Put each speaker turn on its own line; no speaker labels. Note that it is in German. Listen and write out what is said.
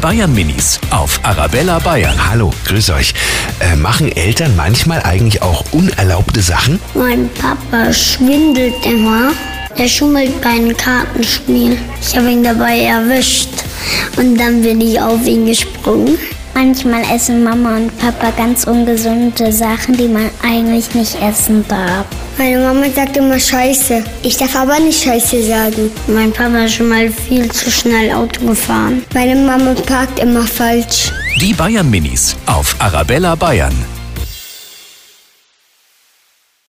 Bayern Minis auf Arabella Bayern.
Hallo, grüß euch. Äh, machen Eltern manchmal eigentlich auch unerlaubte Sachen?
Mein Papa schwindelt immer. Er schummelt bei einem Kartenspiel. Ich habe ihn dabei erwischt und dann bin ich auf ihn gesprungen.
Manchmal essen Mama und Papa ganz ungesunde Sachen, die man eigentlich nicht essen darf.
Meine Mama sagt immer Scheiße. Ich darf aber nicht Scheiße sagen.
Mein Papa ist schon mal viel zu schnell Auto gefahren.
Meine Mama parkt immer falsch.
Die Bayern Minis auf Arabella Bayern.